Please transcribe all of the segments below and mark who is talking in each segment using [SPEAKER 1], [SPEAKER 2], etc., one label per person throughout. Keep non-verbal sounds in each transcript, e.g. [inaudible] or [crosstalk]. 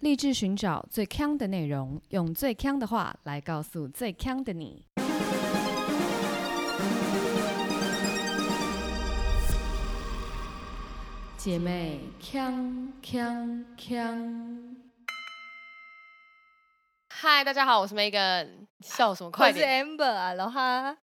[SPEAKER 1] 立志寻找最强的内容，用最强的话来告诉最强的你。姐妹，强强强！
[SPEAKER 2] 嗨，大家好，我是 Megan。笑什么？快
[SPEAKER 3] 我是
[SPEAKER 2] 点！
[SPEAKER 3] Amber 啊，然后哈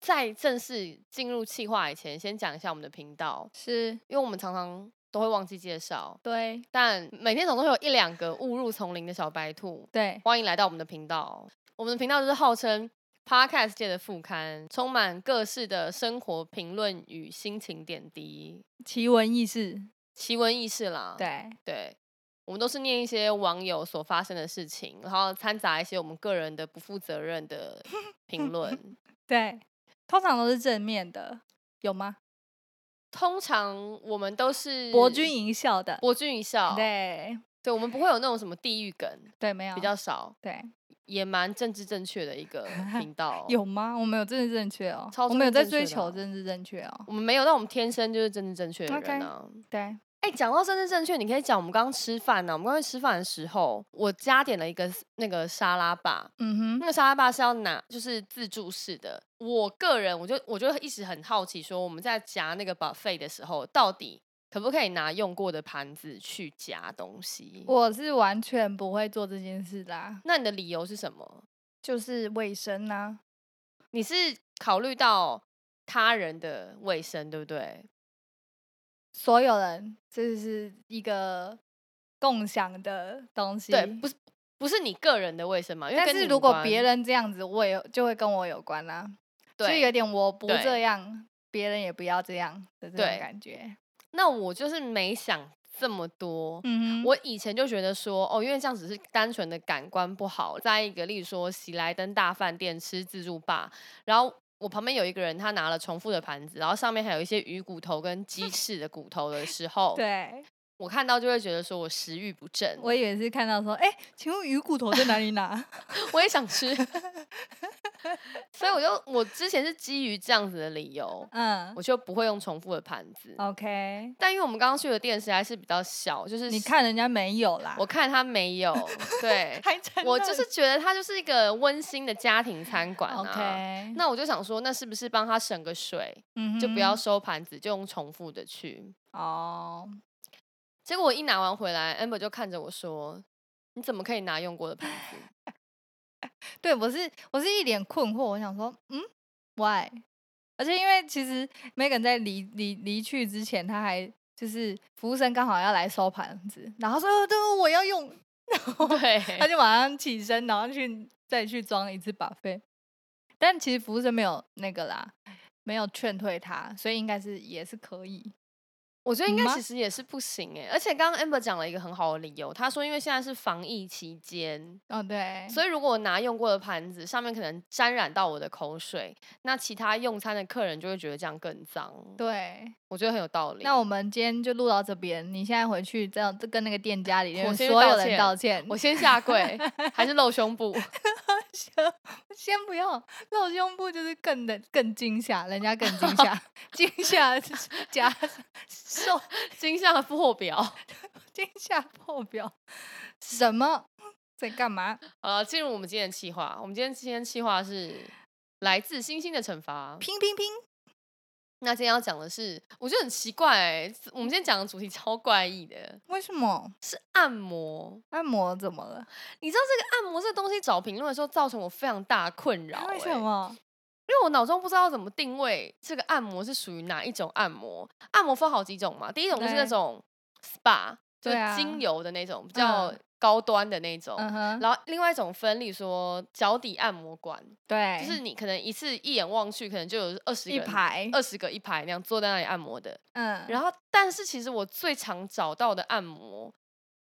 [SPEAKER 2] 在正式进入企划以前，先讲一下我们的频道，
[SPEAKER 3] 是
[SPEAKER 2] 因为我们常常都会忘记介绍，
[SPEAKER 3] 对
[SPEAKER 2] 但每天总是会有一两个误入丛林的小白兔。
[SPEAKER 3] 对
[SPEAKER 2] 欢迎来到我们的频道，我们的频道就是号称 Podcast 界的副刊，充满各式的生活评论与心情点滴，
[SPEAKER 3] 奇闻异事，
[SPEAKER 2] 奇闻异事啦。
[SPEAKER 3] 对
[SPEAKER 2] 哦对，我们都是念一些网友所发生的事情，然后掺杂一些我们个人的不负责任
[SPEAKER 3] [laughs]
[SPEAKER 2] 的评论。
[SPEAKER 3] 对，通常都是正面的，有吗？
[SPEAKER 2] 通常我们都是
[SPEAKER 3] 博君一笑的，
[SPEAKER 2] 博君一笑，
[SPEAKER 3] 对
[SPEAKER 2] 对，我们不会有那种什么地域梗，
[SPEAKER 3] 对，没有
[SPEAKER 2] 比较少，
[SPEAKER 3] 对，
[SPEAKER 2] 也蛮政治正确的一
[SPEAKER 3] [laughs]
[SPEAKER 2] 个频道。，
[SPEAKER 3] 有吗？我们有政治正确哦，
[SPEAKER 2] 超
[SPEAKER 3] 我们有
[SPEAKER 2] 政
[SPEAKER 3] 在
[SPEAKER 2] 治正
[SPEAKER 3] 追
[SPEAKER 2] 确的啊
[SPEAKER 3] 求政治正确哦，
[SPEAKER 2] 我们没有，但我们天生就是政治正确的
[SPEAKER 3] OK
[SPEAKER 2] 人啊。
[SPEAKER 3] 对，
[SPEAKER 2] 哎、讲到政治正确，你可以讲我们刚刚吃饭啊呢、我们刚刚吃饭的时候，我加点了一个那个沙拉吧，
[SPEAKER 3] 嗯
[SPEAKER 2] 那
[SPEAKER 3] 哼，
[SPEAKER 2] 个沙拉吧是要拿，就是自助式的。我个人，我就我就一直很好奇，说我们在夹那个 buffet 的时候，到底可不可以拿用过的盘子去夹东西？
[SPEAKER 3] 我是完全不会做这件事的啊，
[SPEAKER 2] 那你的理由是什么？
[SPEAKER 3] 就是卫生
[SPEAKER 2] 啊
[SPEAKER 3] 呐，
[SPEAKER 2] 你是考虑到他人的卫生，对不对？
[SPEAKER 3] 所有人这是一个共享的东西，
[SPEAKER 2] 对，不是不是你个人的卫生嘛？因为
[SPEAKER 3] 但
[SPEAKER 2] 跟
[SPEAKER 3] 是
[SPEAKER 2] 你
[SPEAKER 3] 如
[SPEAKER 2] 无
[SPEAKER 3] 果
[SPEAKER 2] 关
[SPEAKER 3] 别人这样子，我也就会跟我有关啦、所以
[SPEAKER 2] 对
[SPEAKER 3] 有点我不
[SPEAKER 2] 对
[SPEAKER 3] 这样，别人也不要这样的这种
[SPEAKER 2] 对
[SPEAKER 3] 感觉。
[SPEAKER 2] 那我就是没想这么多。
[SPEAKER 3] 嗯哼
[SPEAKER 2] 我以前就觉得说，哦，因为这样只是单纯的感官不好。在一个，例如说喜来登大饭店吃自助吧，然后我旁边有一个人，他拿了重复的盘子，然后上面还有一些鱼骨头跟鸡翅的骨头的时候，
[SPEAKER 3] 对，
[SPEAKER 2] 我看到就会觉得说我食欲不振，
[SPEAKER 3] 我以为是看到说，哎、请问鱼骨头在哪里拿？ [laughs]
[SPEAKER 2] 我也想吃， [laughs] 所以我就我之前是基于这样子的理由，
[SPEAKER 3] 嗯
[SPEAKER 2] 我就不会用重复的盘子。
[SPEAKER 3] 哦，OK，
[SPEAKER 2] 但因为我们刚刚去的店实在是比较小，就是
[SPEAKER 3] 你，看人家没有啦，
[SPEAKER 2] 我看它没有，
[SPEAKER 3] [laughs]
[SPEAKER 2] 对
[SPEAKER 3] 还真
[SPEAKER 2] 我
[SPEAKER 3] 的
[SPEAKER 2] 就是觉得它就是一个温馨的家庭餐馆啊。
[SPEAKER 3] OK，
[SPEAKER 2] 那我就想说，那是不是帮他省个水，
[SPEAKER 3] 那
[SPEAKER 2] 就不要收盘子，就用重复的去？
[SPEAKER 3] 哦，
[SPEAKER 2] 结果我一拿完回来，amber 就看着我说：“你怎么可以拿用过的盘子？”
[SPEAKER 3] 对，我是我是一脸困惑，我想说，嗯，why？而且因为其实 Megan 在离离离去之前，他还就是服务生刚好要来收盘子，然后说、哦、对，我要用， [laughs]
[SPEAKER 2] 对，
[SPEAKER 3] 他就马上起身，然后去再去装一次把费。但其实服务生没有那个啦，没有劝退他，所以应该是也是可以。
[SPEAKER 2] 我觉得应该
[SPEAKER 3] 嗯吗
[SPEAKER 2] 其实也是不行哎、而且刚刚 Amber 讲了一个很好的理由，他说因为现在是防疫期间，
[SPEAKER 3] 哦，对，
[SPEAKER 2] 所以如果我拿用过的盘子上面可能沾染到我的口水，那其他用餐的客人就会觉得这样更脏。
[SPEAKER 3] 对。
[SPEAKER 2] 我觉得很有道理。
[SPEAKER 3] 那我们今天就录到这边，你现在回去这样跟那个店家里
[SPEAKER 2] 我
[SPEAKER 3] 面
[SPEAKER 2] 先去
[SPEAKER 3] 所
[SPEAKER 2] 道
[SPEAKER 3] 有人
[SPEAKER 2] 歉
[SPEAKER 3] 道歉，
[SPEAKER 2] 我先下跪，还是露胸部？
[SPEAKER 3] [laughs] 先不要露胸部，就是更的更惊吓，人家更惊
[SPEAKER 2] [laughs]
[SPEAKER 3] 吓，惊吓加受
[SPEAKER 2] 惊吓破表。
[SPEAKER 3] 惊吓破表，什么在干嘛？
[SPEAKER 2] 呃，进入我们今天的计划，我们今天今天计划是来自星星的惩罚。
[SPEAKER 3] 拼拼拼！
[SPEAKER 2] 那今天要讲的是，我觉得很奇怪、欸，我们今天讲的主题超怪异的，
[SPEAKER 3] 为什么
[SPEAKER 2] 是按摩。
[SPEAKER 3] 按摩怎么了？
[SPEAKER 2] 你知道这个按摩这个东西找评论的时候，造成我非常大的困扰、欸
[SPEAKER 3] 为什么？
[SPEAKER 2] 因为我脑中不知道怎么定位这个按摩是属于哪一种按摩。按摩分好几种嘛，第一种就是那
[SPEAKER 3] 对
[SPEAKER 2] 种 SPA，就
[SPEAKER 3] 对
[SPEAKER 2] 是
[SPEAKER 3] 啊
[SPEAKER 2] 精油的那种，比较
[SPEAKER 3] 嗯
[SPEAKER 2] 高端的那种。
[SPEAKER 3] 嗯哼，
[SPEAKER 2] 然后另外一种分，例如说脚底按摩馆，就
[SPEAKER 3] 对，
[SPEAKER 2] 是你可能一次一眼望去，可能就有二十
[SPEAKER 3] 一排，
[SPEAKER 2] 二十个一排那样坐在那里按摩的。
[SPEAKER 3] 嗯，
[SPEAKER 2] 然后，但是其实我最常找到的按摩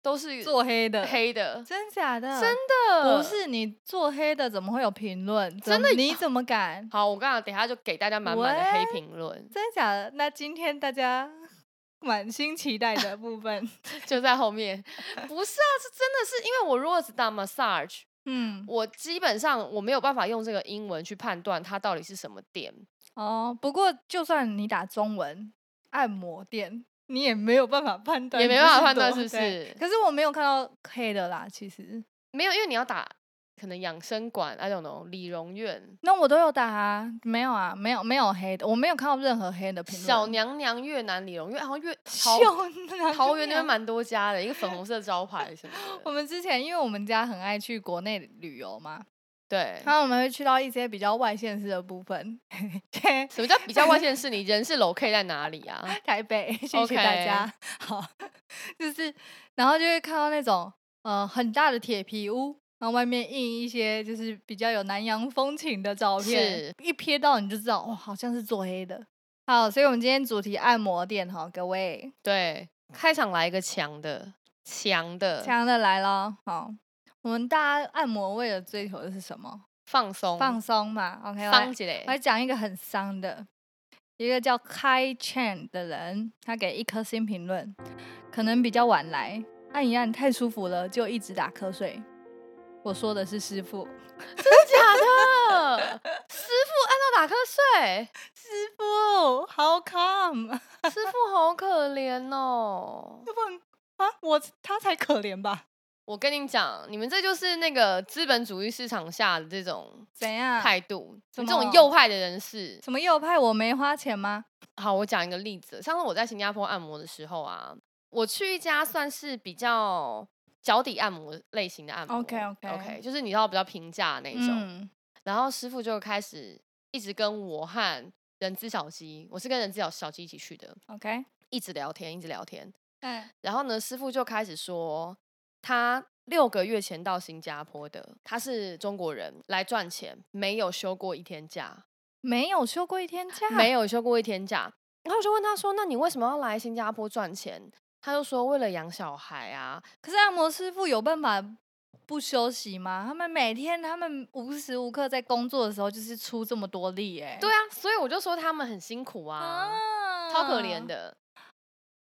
[SPEAKER 2] 都是
[SPEAKER 3] 做黑的，
[SPEAKER 2] 黑的，
[SPEAKER 3] 真假的？
[SPEAKER 2] 真
[SPEAKER 3] 不
[SPEAKER 2] 的。
[SPEAKER 3] 是你做黑的，怎么会有评论？怎
[SPEAKER 2] 真的
[SPEAKER 3] 么你怎么敢？
[SPEAKER 2] 好，我刚刚等一下就给大家满满的黑评论，
[SPEAKER 3] 真假的？那今天大家 [laughs] 满心期待的部分，
[SPEAKER 2] 就在后面。不是啊，是真的是因为我如果只打 massage，
[SPEAKER 3] [laughs] 嗯，
[SPEAKER 2] 我基本上我没有办法用这个英文去判断它到底是什么店。
[SPEAKER 3] 哦，不过就算你打中文按摩店，你也没有办法判断，
[SPEAKER 2] 也没办法
[SPEAKER 3] 这
[SPEAKER 2] 判断
[SPEAKER 3] 多
[SPEAKER 2] 是不
[SPEAKER 3] 对
[SPEAKER 2] 是
[SPEAKER 3] 可是我没有看到黑的啦，其实
[SPEAKER 2] 没有，因为你要打可能养生馆，I don't know，理容院、
[SPEAKER 3] 那我都有打啊，没有啊，没有没有黑的，我没有看到任何黑的评论。
[SPEAKER 2] 小娘娘越南理容院，然后
[SPEAKER 3] [laughs]
[SPEAKER 2] 越桃
[SPEAKER 3] 小娘
[SPEAKER 2] 桃园那边
[SPEAKER 3] 娘
[SPEAKER 2] 蛮多家的，一个粉红色招牌什么
[SPEAKER 3] [laughs] 我 [laughs]
[SPEAKER 2] 的，
[SPEAKER 3] 们之前因为我们家很爱去国内旅游嘛，
[SPEAKER 2] 对。
[SPEAKER 3] 然后我们会去到一些比较外县市的部分， [laughs]
[SPEAKER 2] 什么叫比较外线是你人是 locate 在哪里啊？
[SPEAKER 3] 台北， [laughs] 谢谢大家。好，就是然后就会看到那种呃很大的铁皮屋，然后外面印一些就是比较有南洋风情的照片
[SPEAKER 2] 是，
[SPEAKER 3] 一瞥到你就知道，哇、好像是做黑的。好，所以我们今天主题按摩店哈，各位 [laughs]
[SPEAKER 2] 对，开场来一个强的，强的，
[SPEAKER 3] 强的来了。好，我们大家按摩为了追求的是什么？
[SPEAKER 2] 放松，
[SPEAKER 3] 放松嘛。OK，我来
[SPEAKER 2] 松起
[SPEAKER 3] 我来
[SPEAKER 2] 来。
[SPEAKER 3] 讲一个很伤的，一个叫 Kai Chen 的人，他给一颗星评论，可能比较晚来，按一按太舒服了，就一直打瞌睡。我说的是师傅，
[SPEAKER 2] 真的师傅按到打瞌睡，
[SPEAKER 3] 师傅，How [laughs] 啊 come？
[SPEAKER 2] 师傅好可怜哦。
[SPEAKER 3] 啊，我他才可怜吧？
[SPEAKER 2] 我跟你讲，你们这就是那个资本主义市场下的这种
[SPEAKER 3] [laughs] 怎样？
[SPEAKER 2] 态度，
[SPEAKER 3] 啊怎
[SPEAKER 2] 你们这种
[SPEAKER 3] 么
[SPEAKER 2] 右派的人士。
[SPEAKER 3] 什么右派？我没花钱吗？
[SPEAKER 2] 好，我讲一个例子。上次我在新加坡按摩的时候啊，我去一家算是比较脚底按摩类型的按摩
[SPEAKER 3] OK，OK
[SPEAKER 2] OK，就是你知道比较平价那种。
[SPEAKER 3] 嗯，
[SPEAKER 2] 然后师傅就开始一直跟我和人资小鸡，我是跟人资小小鸡一起去的，
[SPEAKER 3] ，OK，
[SPEAKER 2] 一直聊天，一直聊天。
[SPEAKER 3] 嗯，
[SPEAKER 2] 然后呢，师傅就开始说，他六个月前到新加坡的，他是中国人来赚钱，没有休过一天假，
[SPEAKER 3] 没有休过一天假，
[SPEAKER 2] 没有休过一天假。然后我就问他说：“那你为什么要来新加坡赚钱？”他就说：“为了养小孩啊。
[SPEAKER 3] 可是按摩师傅有办法不休息吗？他们每天，他们无时无刻在工作的时候，就是出这么多力、欸，”哎，
[SPEAKER 2] 对啊，所以我就说他们很辛苦啊，
[SPEAKER 3] 啊
[SPEAKER 2] 超可怜，的。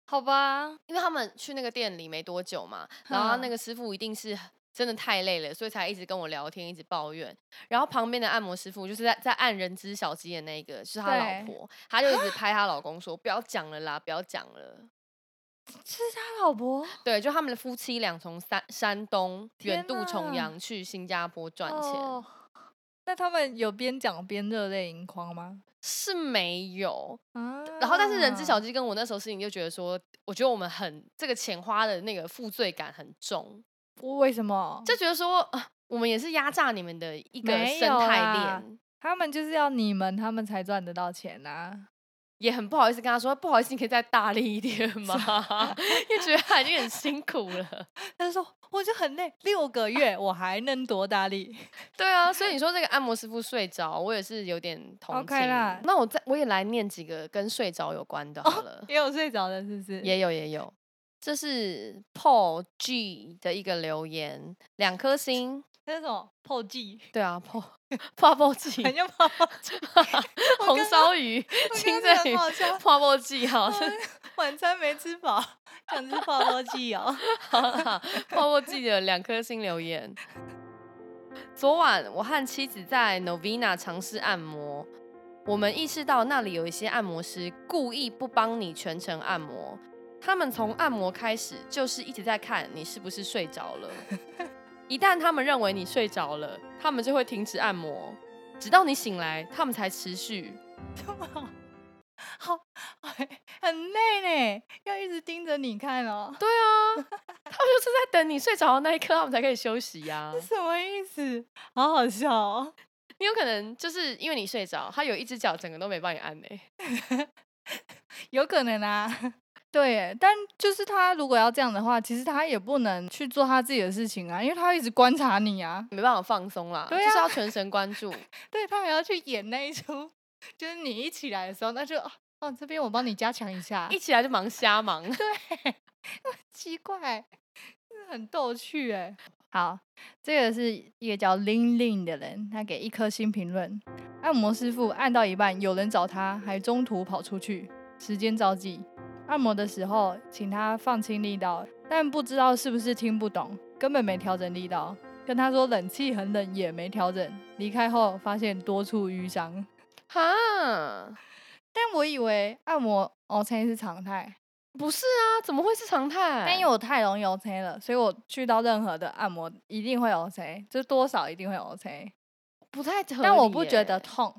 [SPEAKER 3] 好吧？
[SPEAKER 2] 因为他们去那个店里没多久嘛，然后那
[SPEAKER 3] 嗯
[SPEAKER 2] 个师傅一定是真的太累了，所以才一直跟我聊天，一直抱怨。然后旁边的按摩师傅就是在在按人之小鸡的那个，就是他
[SPEAKER 3] 对
[SPEAKER 2] 老婆，他就一
[SPEAKER 3] [laughs]
[SPEAKER 2] 直拍他老公说：“不要讲了啦，不要讲了。
[SPEAKER 3] 这是他老婆，”
[SPEAKER 2] 对，就他们的夫妻俩从山山东远
[SPEAKER 3] 天
[SPEAKER 2] 渡重
[SPEAKER 3] 呐
[SPEAKER 2] 洋去新加坡赚钱，
[SPEAKER 3] 哦那他们有边讲边热泪盈眶吗？
[SPEAKER 2] 是没有。
[SPEAKER 3] 啊，
[SPEAKER 2] 然后，但是人之小鸡跟我那时候事情就觉得说，我觉得我们很这个钱花的那个负罪感很重。
[SPEAKER 3] 我为什么？
[SPEAKER 2] 就觉得说，啊我们也是压榨你们的一个
[SPEAKER 3] 没
[SPEAKER 2] 生
[SPEAKER 3] 有
[SPEAKER 2] 态
[SPEAKER 3] 啦
[SPEAKER 2] 链，
[SPEAKER 3] 他们就是要你们，他们才赚得到钱呐、 [laughs]
[SPEAKER 2] 也很不好意思跟他说，不好意思，你可以再大力一点吗？ [laughs] 因为觉得他已经很辛苦了。
[SPEAKER 3] 他就说我就很累，六个月我还能多大力？
[SPEAKER 2] [laughs]
[SPEAKER 3] [laughs]
[SPEAKER 2] 对啊，所以你说这个按摩师傅睡着，我也是有点同情。
[SPEAKER 3] OK 啦
[SPEAKER 2] 那我再我也来念几个跟睡着有关的好了，
[SPEAKER 3] 也有睡着的，是不是？
[SPEAKER 2] 也有也有。这是 Paul G 的一个留言，两颗星。
[SPEAKER 3] 那是什么
[SPEAKER 2] [laughs]
[SPEAKER 3] 破 [laughs] 技，
[SPEAKER 2] 对啊，Paul Paul Paul G，
[SPEAKER 3] 很像破技。
[SPEAKER 2] [laughs] 红烧鱼、
[SPEAKER 3] 我
[SPEAKER 2] 清
[SPEAKER 3] 刚刚
[SPEAKER 2] 蒸
[SPEAKER 3] 很
[SPEAKER 2] 鱼、
[SPEAKER 3] 好笑 [laughs]
[SPEAKER 2] Paul Paul G 哈，
[SPEAKER 3] 我哦 [laughs] 晚餐没吃饱， [laughs] 想吃泡泡剂哦。 [laughs]
[SPEAKER 2] [laughs] 好啦好泡沫记者两颗星留言。昨晚我和妻子在 Novena 尝试按摩，我们意识到那里有一些按摩师故意不帮你全程按摩，他们从按摩开始就是一直在看你是不是睡着了。一旦他们认为你睡着了，他们就会停止按摩，直到你醒来，他们才持续。
[SPEAKER 3] 好，很累呢，要一直盯着你看哦。 [laughs]
[SPEAKER 2] 对啊，他们就是在等你睡着的那一刻，他们才可以休息啊呀、
[SPEAKER 3] 什么意思？好好笑哦！
[SPEAKER 2] 你有可能就是因为你睡着，他有一只脚整个都没帮你按呢、
[SPEAKER 3] 有可能啊。 [laughs] 对耶，但就是他如果要这样的话，其实他也不能去做他自己的事情啊，因为他要一直观察你啊。 [laughs]
[SPEAKER 2] 没办法放松啦，
[SPEAKER 3] 对
[SPEAKER 2] 就是
[SPEAKER 3] 啊
[SPEAKER 2] 要全神关 [laughs] 注。
[SPEAKER 3] 对他还要去演那一出， [laughs] 就是你一起来的时候，那就哦哦，这边我帮你加强一下。
[SPEAKER 2] 一起来就忙瞎忙，
[SPEAKER 3] 奇怪，真的很逗趣哎。好，这个是一个叫玲玲的人，他给一颗星评论：按摩师傅按到一半，有人找他，还中途跑出去，时间着急。按摩的时候，请他放轻力道，但不知道是不是听不懂，根本没调整力道。跟他说冷气很冷，也没调整。离开后发现多处淤伤，
[SPEAKER 2] [laughs]
[SPEAKER 3] [laughs]
[SPEAKER 2] 哈，
[SPEAKER 3] 但我以为按摩哦才是常态，
[SPEAKER 2] 不是啊，怎么会是常态？
[SPEAKER 3] 但因为我太容易 OK 了，所以我去到任何的按摩一定会 OK，就多少一定会 OK，
[SPEAKER 2] 不太合理耶，
[SPEAKER 3] 但我不觉得痛。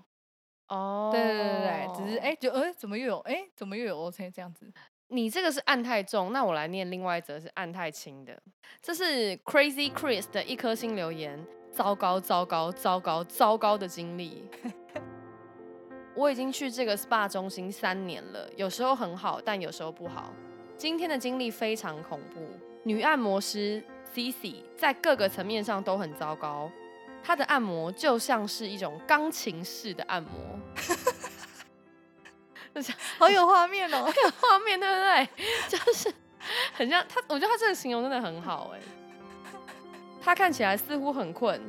[SPEAKER 2] 哦。
[SPEAKER 3] 对对对对对，
[SPEAKER 2] [laughs]
[SPEAKER 3] 只是哎、就哎、怎么又有哎、怎么又有 OK 这样子？ [laughs]
[SPEAKER 2] 你这个是按太重，那我来念另外一则是按太轻的。这是 Crazy Chris 的一颗星留言，糟糕糟糕糟糕糟糕的经历。我已经去这个 SPA 中心三年了，有时候很好，但有时候不好。今天的经历非常恐怖，女按摩师 Cici 在各个层面上都很糟糕，她的按摩就像是一种钢琴式的按摩，
[SPEAKER 3] 好有画面哦，
[SPEAKER 2] 画面 [laughs] 对不对？就是很像他，我觉得他这个形容真的很好哎、他看起来似乎很困，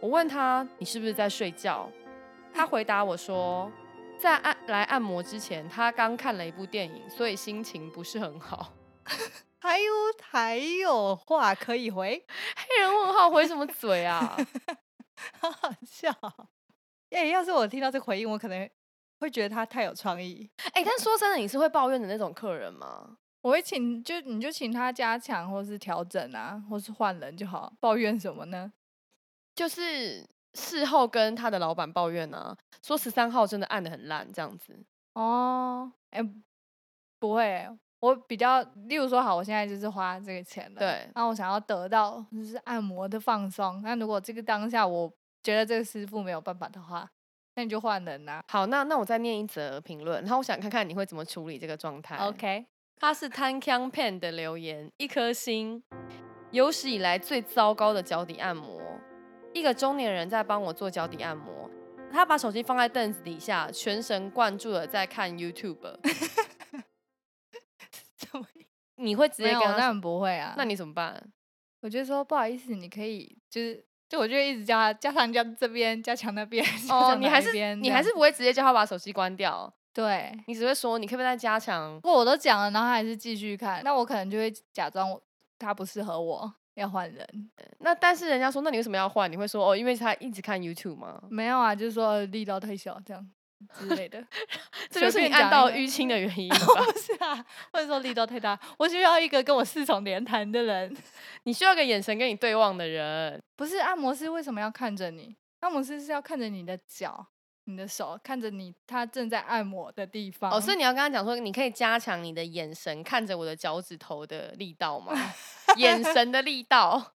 [SPEAKER 2] 我问他你是不是在睡觉？他回答我说，在按来按摩之前，他刚看了一部电影，所以心情不是很好。
[SPEAKER 3] [laughs]
[SPEAKER 2] [laughs]
[SPEAKER 3] 还有还有话可以回，
[SPEAKER 2] 黑人问号回什么嘴啊？
[SPEAKER 3] 好好笑哦。哎、要是我听到这回应，我可能会觉得他太有创意。
[SPEAKER 2] 哎、但说真的，你是会抱怨的那种客人吗？
[SPEAKER 3] 我会请，就你就请他加强，或是调整啊，或是换人就好。抱怨什么呢？
[SPEAKER 2] 就是事后跟他的老板抱怨啊，说十三号真的按的很烂这样子。
[SPEAKER 3] 哦，哎、不会欸、我比较，例如说，好，我现在就是花这个钱了，
[SPEAKER 2] 对
[SPEAKER 3] 那我想要得到就是按摩的放松。那如果这个当下我觉得这个师傅没有办法的话，那你就换人啊。
[SPEAKER 2] 好，那那我再念一则评论，然后我想看看你会怎么处理这个状
[SPEAKER 3] 哎
[SPEAKER 2] 态。
[SPEAKER 3] OK，
[SPEAKER 2] 他是 Tan Kang Pan 的留言，一颗星，有史以来最糟糕的脚底按摩。一个中年人在帮我做脚底按摩，他把手机放在凳子底下，全神贯注的在看 YouTube。 [laughs]
[SPEAKER 3] 怎么
[SPEAKER 2] 你会直
[SPEAKER 3] 没
[SPEAKER 2] 接
[SPEAKER 3] 有？
[SPEAKER 2] 跟他
[SPEAKER 3] 当
[SPEAKER 2] 说？
[SPEAKER 3] 然不会啊。
[SPEAKER 2] 那你怎么
[SPEAKER 3] [laughs]
[SPEAKER 2] 办？
[SPEAKER 3] 我就说不好意思，你可以就是，就我就一直叫他加强加这边，加强那边， [laughs] 加
[SPEAKER 2] 哦，
[SPEAKER 3] 强
[SPEAKER 2] 你
[SPEAKER 3] 哪
[SPEAKER 2] 还
[SPEAKER 3] 一
[SPEAKER 2] 是
[SPEAKER 3] 边
[SPEAKER 2] 你
[SPEAKER 3] 这
[SPEAKER 2] 还
[SPEAKER 3] 样
[SPEAKER 2] 是不会直接叫他把手机关掉，
[SPEAKER 3] 对。
[SPEAKER 2] 你只会说你可不可以再加强？
[SPEAKER 3] 不过我都讲了，然后他还是继续看，那我可能就会假装我他不适合我，要换人。
[SPEAKER 2] 那但是人家说，那你为什么要换？你会说哦，因为他一直看 YouTube 吗？
[SPEAKER 3] 没有啊，就是说呃力道太小这样之类
[SPEAKER 2] [laughs]
[SPEAKER 3] 的。
[SPEAKER 2] 这
[SPEAKER 3] 随
[SPEAKER 2] 就是你
[SPEAKER 3] 便
[SPEAKER 2] 按
[SPEAKER 3] 讲
[SPEAKER 2] 到
[SPEAKER 3] 一个
[SPEAKER 2] 淤青的原因 [laughs] 吧？
[SPEAKER 3] 不 [laughs] 是啊，或者说力道太大，我需要一个跟我四重连弹的人。 [laughs]
[SPEAKER 2] 你需要一个眼神跟你对望的人。
[SPEAKER 3] 不是按摩师为什么要看着你？按摩师是要看着你的脚、你的手，看着你他正在按摩的地方。
[SPEAKER 2] 哦，所以你要跟他讲说，你可以加强你的眼神看着我的脚趾头的力道吗？
[SPEAKER 3] [laughs]
[SPEAKER 2] 眼神的力道，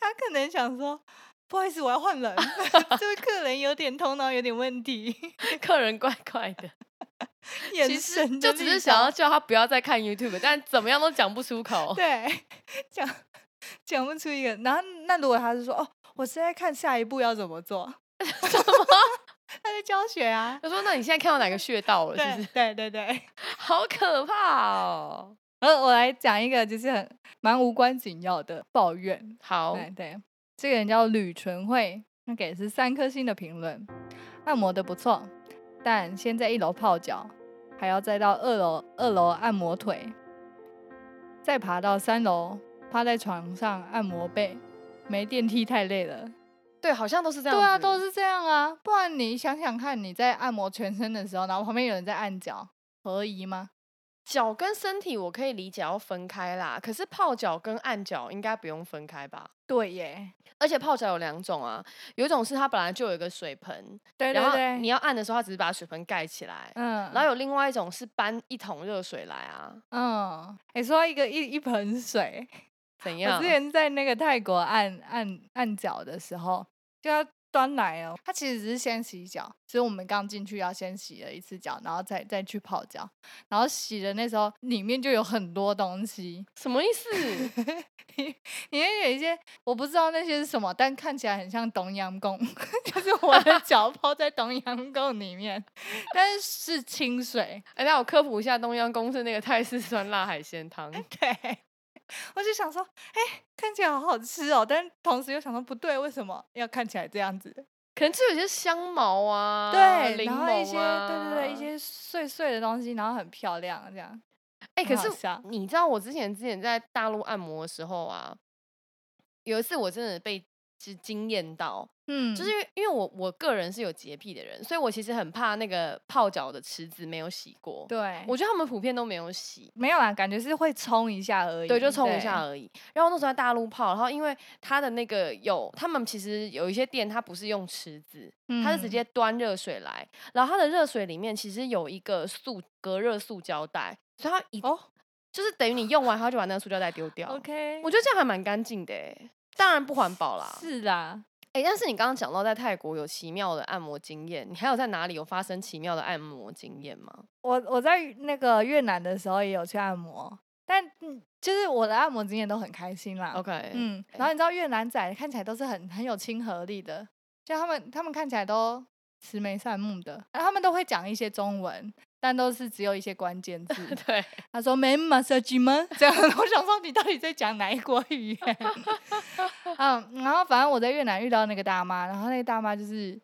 [SPEAKER 3] 他可能想说，不好意思，我要
[SPEAKER 2] [laughs]
[SPEAKER 3] 换人， [laughs] 这位客人有点头脑有点问题， [laughs]
[SPEAKER 2] 客人怪怪的。
[SPEAKER 3] 眼
[SPEAKER 2] 其实
[SPEAKER 3] 神
[SPEAKER 2] 就
[SPEAKER 3] 的
[SPEAKER 2] 只
[SPEAKER 3] 力
[SPEAKER 2] 是想
[SPEAKER 3] 道
[SPEAKER 2] 要叫他不要再看 YouTube，但怎么样都讲不出口。
[SPEAKER 3] 对 [laughs] 讲讲不出一个。然后那如果他是说哦，我是在看下一步要怎么做， [laughs] 他在教学啊，
[SPEAKER 2] 他说：“那你现在看到哪个穴道了？是不
[SPEAKER 3] 对
[SPEAKER 2] 是？
[SPEAKER 3] 对对 [laughs] 对。
[SPEAKER 2] 好可怕哦！
[SPEAKER 3] 然后我来讲一个就是很蛮无关紧要的抱怨，
[SPEAKER 2] 好，
[SPEAKER 3] 对对，这个人叫吕纯惠，他给的是三颗星的评论，按摩的不错，但先在一楼泡脚，还要再到二楼二楼按摩腿，再爬到三楼趴在床上按摩背，没电梯太累了。
[SPEAKER 2] 对，好像都是这样
[SPEAKER 3] 对
[SPEAKER 2] 子。
[SPEAKER 3] 啊，都是这样啊，不然你想想看，你在按摩全身的时候，然后旁边有人在按脚，合宜吗？
[SPEAKER 2] 脚跟身体，我可以理解要分开啦。可是泡脚跟按脚应该不用分开吧？
[SPEAKER 3] 对耶，
[SPEAKER 2] 而且泡脚有两种啊，有一种是它本来就有一个水盆，
[SPEAKER 3] 对对
[SPEAKER 2] 然后
[SPEAKER 3] 对，
[SPEAKER 2] 你要按的时候，它只是把水盆盖起来。
[SPEAKER 3] 嗯，
[SPEAKER 2] 然后有另外一种是搬一桶热水来啊，
[SPEAKER 3] 嗯，哎、说到一个一一盆水，
[SPEAKER 2] 怎
[SPEAKER 3] [laughs] 我
[SPEAKER 2] 样
[SPEAKER 3] 之？前在那个泰国按按按脚的时候，就要端来哦。他其实只是先洗脚，所以我们刚进去要先洗了一次脚，然后再再去泡脚。然后洗的那时候，里面就有很多东西，
[SPEAKER 2] 什么意思？
[SPEAKER 3] 里面有一些我不知道那些是什么，但看起来很像东阳贡， [laughs] 就是我的脚泡在东阳贡里面，但是是清水。
[SPEAKER 2] 哎，那我科普一下东央公是那个泰式酸辣海鲜汤。
[SPEAKER 3] 哎对。 [laughs] 我就想说，哎、看起来好好吃哦，但同时又想说不对，为什么要看起来这样子？
[SPEAKER 2] 可能就有些香茅啊，
[SPEAKER 3] 对，
[SPEAKER 2] 柠
[SPEAKER 3] 然
[SPEAKER 2] 檬
[SPEAKER 3] 后一些对对对
[SPEAKER 2] 啊
[SPEAKER 3] 一些碎碎的东西，然后很漂亮这样。
[SPEAKER 2] 哎、可
[SPEAKER 3] 很好
[SPEAKER 2] 是
[SPEAKER 3] 笑
[SPEAKER 2] 你知道我之前之前在大陆按摩的时候啊，有一次我真的被是惊艳到，
[SPEAKER 3] 嗯，
[SPEAKER 2] 就是因为因为我我个人是有洁癖的人，所以我其实很怕那个泡脚的池子没有洗过。
[SPEAKER 3] 对，
[SPEAKER 2] 我觉得他们普遍都没有洗，
[SPEAKER 3] 没有啦，感觉是会冲一下而已，
[SPEAKER 2] 对，就冲一下而已。然后那时候在大陆泡，然后因为它的那个有，他们其实有一些店它不是用池子，
[SPEAKER 3] 对，
[SPEAKER 2] 它是直
[SPEAKER 3] 嗯
[SPEAKER 2] 接端热水来，然后它的热水里面其实有一个塑隔热塑胶袋，所以它一、
[SPEAKER 3] 哦
[SPEAKER 2] 就是等于你用完，它就把那个塑胶袋丢掉。
[SPEAKER 3] OK，
[SPEAKER 2] 我觉得哦这样还蛮干净的欸，当然不环保啦。
[SPEAKER 3] 是啦，
[SPEAKER 2] 哎、但是你刚刚讲到在泰国有奇妙的按摩经验，你还有在哪里有发生奇妙的按摩经验吗？
[SPEAKER 3] 我我在那个越南的时候也有去按摩，但嗯就是我的按摩经验都很开心啦。
[SPEAKER 2] OK，
[SPEAKER 3] 嗯，然后你知道越南仔看起来都是很很有亲和力的，就他们他们看起来都慈眉善目的，然后他们都会讲一些中文，但都是只有一些关键字。
[SPEAKER 2] [laughs] 对，
[SPEAKER 3] 他说没 massage 吗？这样， [laughs] 我想说你到底在讲哪一国语言？ [laughs] 嗯，然后反正我在越南遇到那个大妈，然后那个大妈就是，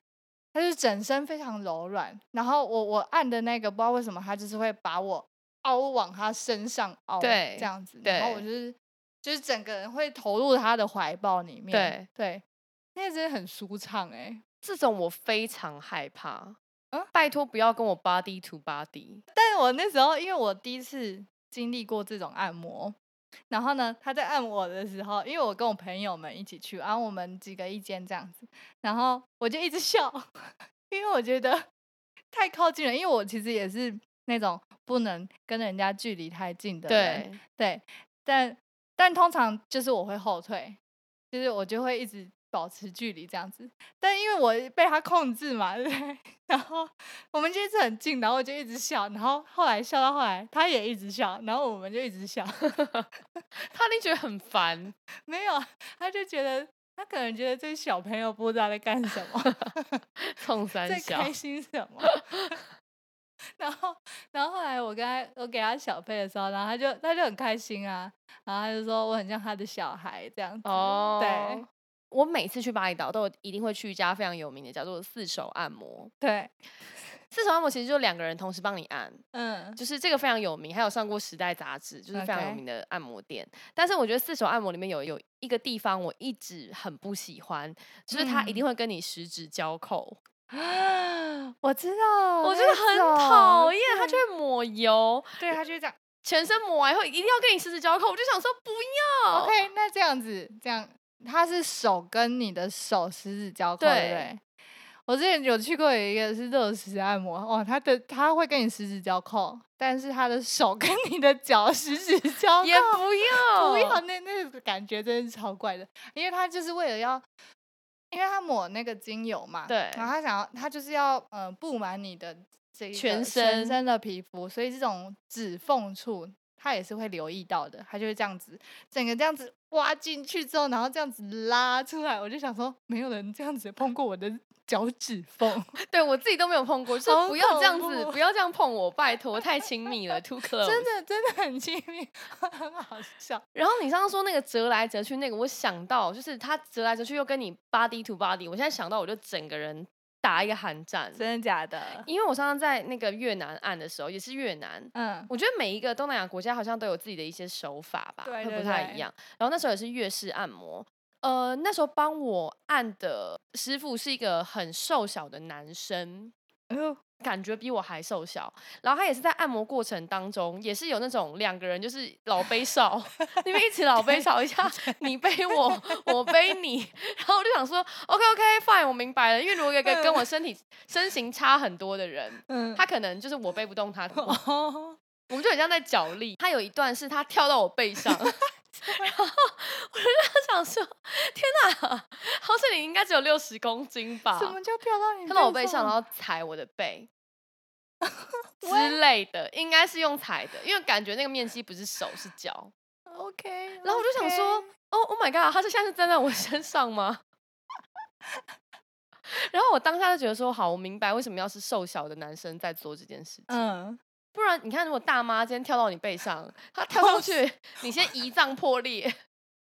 [SPEAKER 3] 她就是整身非常柔软，然后我我按的那个不知道为什么，她就是会把我凹往她身上凹，
[SPEAKER 2] 对
[SPEAKER 3] 这样子，然后我
[SPEAKER 2] 对
[SPEAKER 3] 就是就是整个人会投入她的怀抱里面，
[SPEAKER 2] 对
[SPEAKER 3] 对，那个真的很舒畅哎、
[SPEAKER 2] 这种我非常害怕。
[SPEAKER 3] 啊
[SPEAKER 2] 拜托不要跟我 body to body。
[SPEAKER 3] 但是我那时候因为我第一次经历过这种按摩，然后呢，他在按我的时候，因为我跟我朋友们一起去，然后我们几个一间这样子，然后我就一直 [laughs] 笑，因为我觉得太靠近了，因为我其实也是那种不能跟人家距离太近的人，
[SPEAKER 2] 对， [laughs]
[SPEAKER 3] 对，但但通常就是我会后退，就是我就会一直保持距离这样子。但因为我被他控制嘛， [laughs] 对不对？然后我们就一直很近，然后我就一直笑，然后后来笑到后来他也一直笑，然后我们就一直笑。 [laughs]
[SPEAKER 2] 他一定觉得很烦。
[SPEAKER 3] 没有，啊他就觉得他可能觉得这小朋友不知道在干什么。
[SPEAKER 2] 冲三
[SPEAKER 3] 在
[SPEAKER 2] 小，
[SPEAKER 3] 开心什么？ [laughs] 然后，然后后来我跟他，我给他小费的时候，然后他就他就很开心啊，然后他就说我很像他的小孩这样子。
[SPEAKER 2] 哦，
[SPEAKER 3] 对。
[SPEAKER 2] 我每次去巴厘岛都一定会去一家非常有名的，叫做四手按摩。
[SPEAKER 3] 对，
[SPEAKER 2] 四手按摩其实就两个人同时帮你按，
[SPEAKER 3] 嗯，
[SPEAKER 2] 就是这个非常有名，还有上过《时代》杂志，就是非常有
[SPEAKER 3] OK
[SPEAKER 2] 名的按摩店。但是我觉得四手按摩里面有有一个地方我一直很不喜欢，就是它
[SPEAKER 3] 嗯
[SPEAKER 2] 一定会跟你十指交扣，
[SPEAKER 3] [gasps] 我知道，
[SPEAKER 2] 我觉得很讨厌，它就会抹油，
[SPEAKER 3] 他，嗯对他就这样。
[SPEAKER 2] 全身抹完以后一定要跟你十指交扣，我就想说不要。
[SPEAKER 3] OK，那这样子，这样他是手跟你的手十指交扣，对不
[SPEAKER 2] 对
[SPEAKER 3] 对？我之前有去过有一个是热石按摩，哇，他的他会跟你十指交扣，但是他的手跟你的脚十指交扣，
[SPEAKER 2] 也不
[SPEAKER 3] [laughs]
[SPEAKER 2] 要，
[SPEAKER 3] 不要那那个感觉真是超怪的，因为他就是为了要，因为他抹那个精油嘛，
[SPEAKER 2] 对
[SPEAKER 3] 然后他想要他就是要呃布满你的这一个
[SPEAKER 2] 全
[SPEAKER 3] 身
[SPEAKER 2] 身
[SPEAKER 3] 身的皮肤，所以这种指缝处他也是会留意到的，他就会这样子整个这样子挖进去之后，然后这样子拉出来，我就想说没有人这样子碰过我的脚趾 [laughs] 缝，
[SPEAKER 2] 对我自己都没有碰过，就是
[SPEAKER 3] 好
[SPEAKER 2] 不要这样
[SPEAKER 3] 恐
[SPEAKER 2] 子，
[SPEAKER 3] 怖哦
[SPEAKER 2] 不要这样碰我，拜托，太亲密
[SPEAKER 3] [laughs]
[SPEAKER 2] 了，too close。
[SPEAKER 3] 真的真的很亲密， [laughs] 很好笑。
[SPEAKER 2] 然后你刚刚说那个折来折去那个，我想到就是它折来折去又跟你 body to body，我现在想到我就整个人打一个寒战，
[SPEAKER 3] 真的假的？
[SPEAKER 2] 因为我上次在那个越南按的时候也是越南。
[SPEAKER 3] 嗯， [laughs]
[SPEAKER 2] 我觉得每一个东南亚国家好像都有自己的一些手法吧，
[SPEAKER 3] 对
[SPEAKER 2] 会
[SPEAKER 3] 对
[SPEAKER 2] 不太
[SPEAKER 3] 对
[SPEAKER 2] 一样。然后那时候也是越式按摩，呃，那时候帮我按的师傅是一个很瘦小的男生，
[SPEAKER 3] 哎呦，
[SPEAKER 2] 感觉比我还瘦小。然后他也是在按摩过程当中，也是有那种两个人就是老背少，你们一起老背少一下，你背我，我背你。然后我就想说，OK OK fine，我明白了。因为如果有一个跟我身体身形差很多的人，
[SPEAKER 3] 嗯，
[SPEAKER 2] 他可能就是我背不动他，我
[SPEAKER 3] 哦。
[SPEAKER 2] 我们就很像在角力。他有一段是他跳到我背上， [laughs] 然后我就想说，天哪，好像你应该只有六十公斤吧？
[SPEAKER 3] 什么叫飘到你？
[SPEAKER 2] 啊看到我背上，然后踩我的 [laughs] 背之类的，应该是用踩的，因为感觉那个面积不是手是脚。
[SPEAKER 3] OK，
[SPEAKER 2] 然后我就想说，哦，Oh my god，他是现在是站在我 [laughs] 身上吗？然后我当下就觉得说，好，我明白为什么要是瘦小的男生在做这件事情，
[SPEAKER 3] 嗯，
[SPEAKER 2] 不然你看，如果大妈今天跳到你背上，她跳上去，你先胰脏破裂，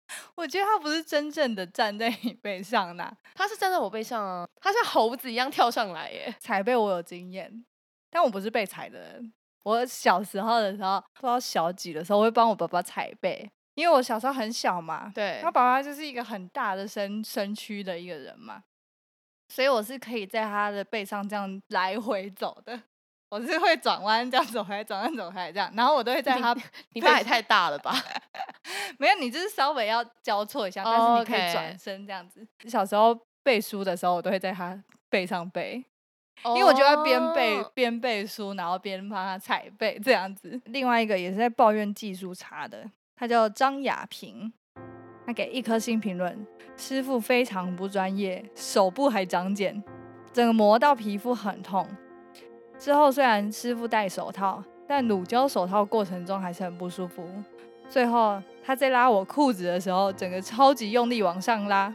[SPEAKER 2] [laughs]
[SPEAKER 3] 我觉得他不是真正的站在你背上啦，
[SPEAKER 2] 她是站在我背上啊，她像猴子一样跳上来耶。
[SPEAKER 3] 踩背我有经验，但我不是被踩的人。我小时候的时候，不知道小几的时候，我会帮我爸爸踩背，因为我小时候很小嘛，
[SPEAKER 2] 对
[SPEAKER 3] 然后，爸爸就是一个很大的身身躯的一个人嘛，所以我是可以在他的背上这样来回走的，我是会转弯这样走回来，转弯走回来这样，然后我都会在他
[SPEAKER 2] 你爸也太大了 [laughs] 吧？
[SPEAKER 3] 没有，你就是稍微要交错一下，但是你可以转
[SPEAKER 2] OK
[SPEAKER 3] 身这样子。小时候背书的时候，我都会在他背上背，因为我就会边背
[SPEAKER 2] 哦
[SPEAKER 3] 边背书，然后边帮他踩背这样子。另外一个也是在抱怨技术差的，他叫张雅萍，他给一颗星评论，师傅非常不专业，手部还长茧，整个磨到皮肤很痛。之后虽然师傅戴手套，但乳胶手套过程中还是很不舒服。最后他在拉我裤子的时候，整个超级用力往上拉，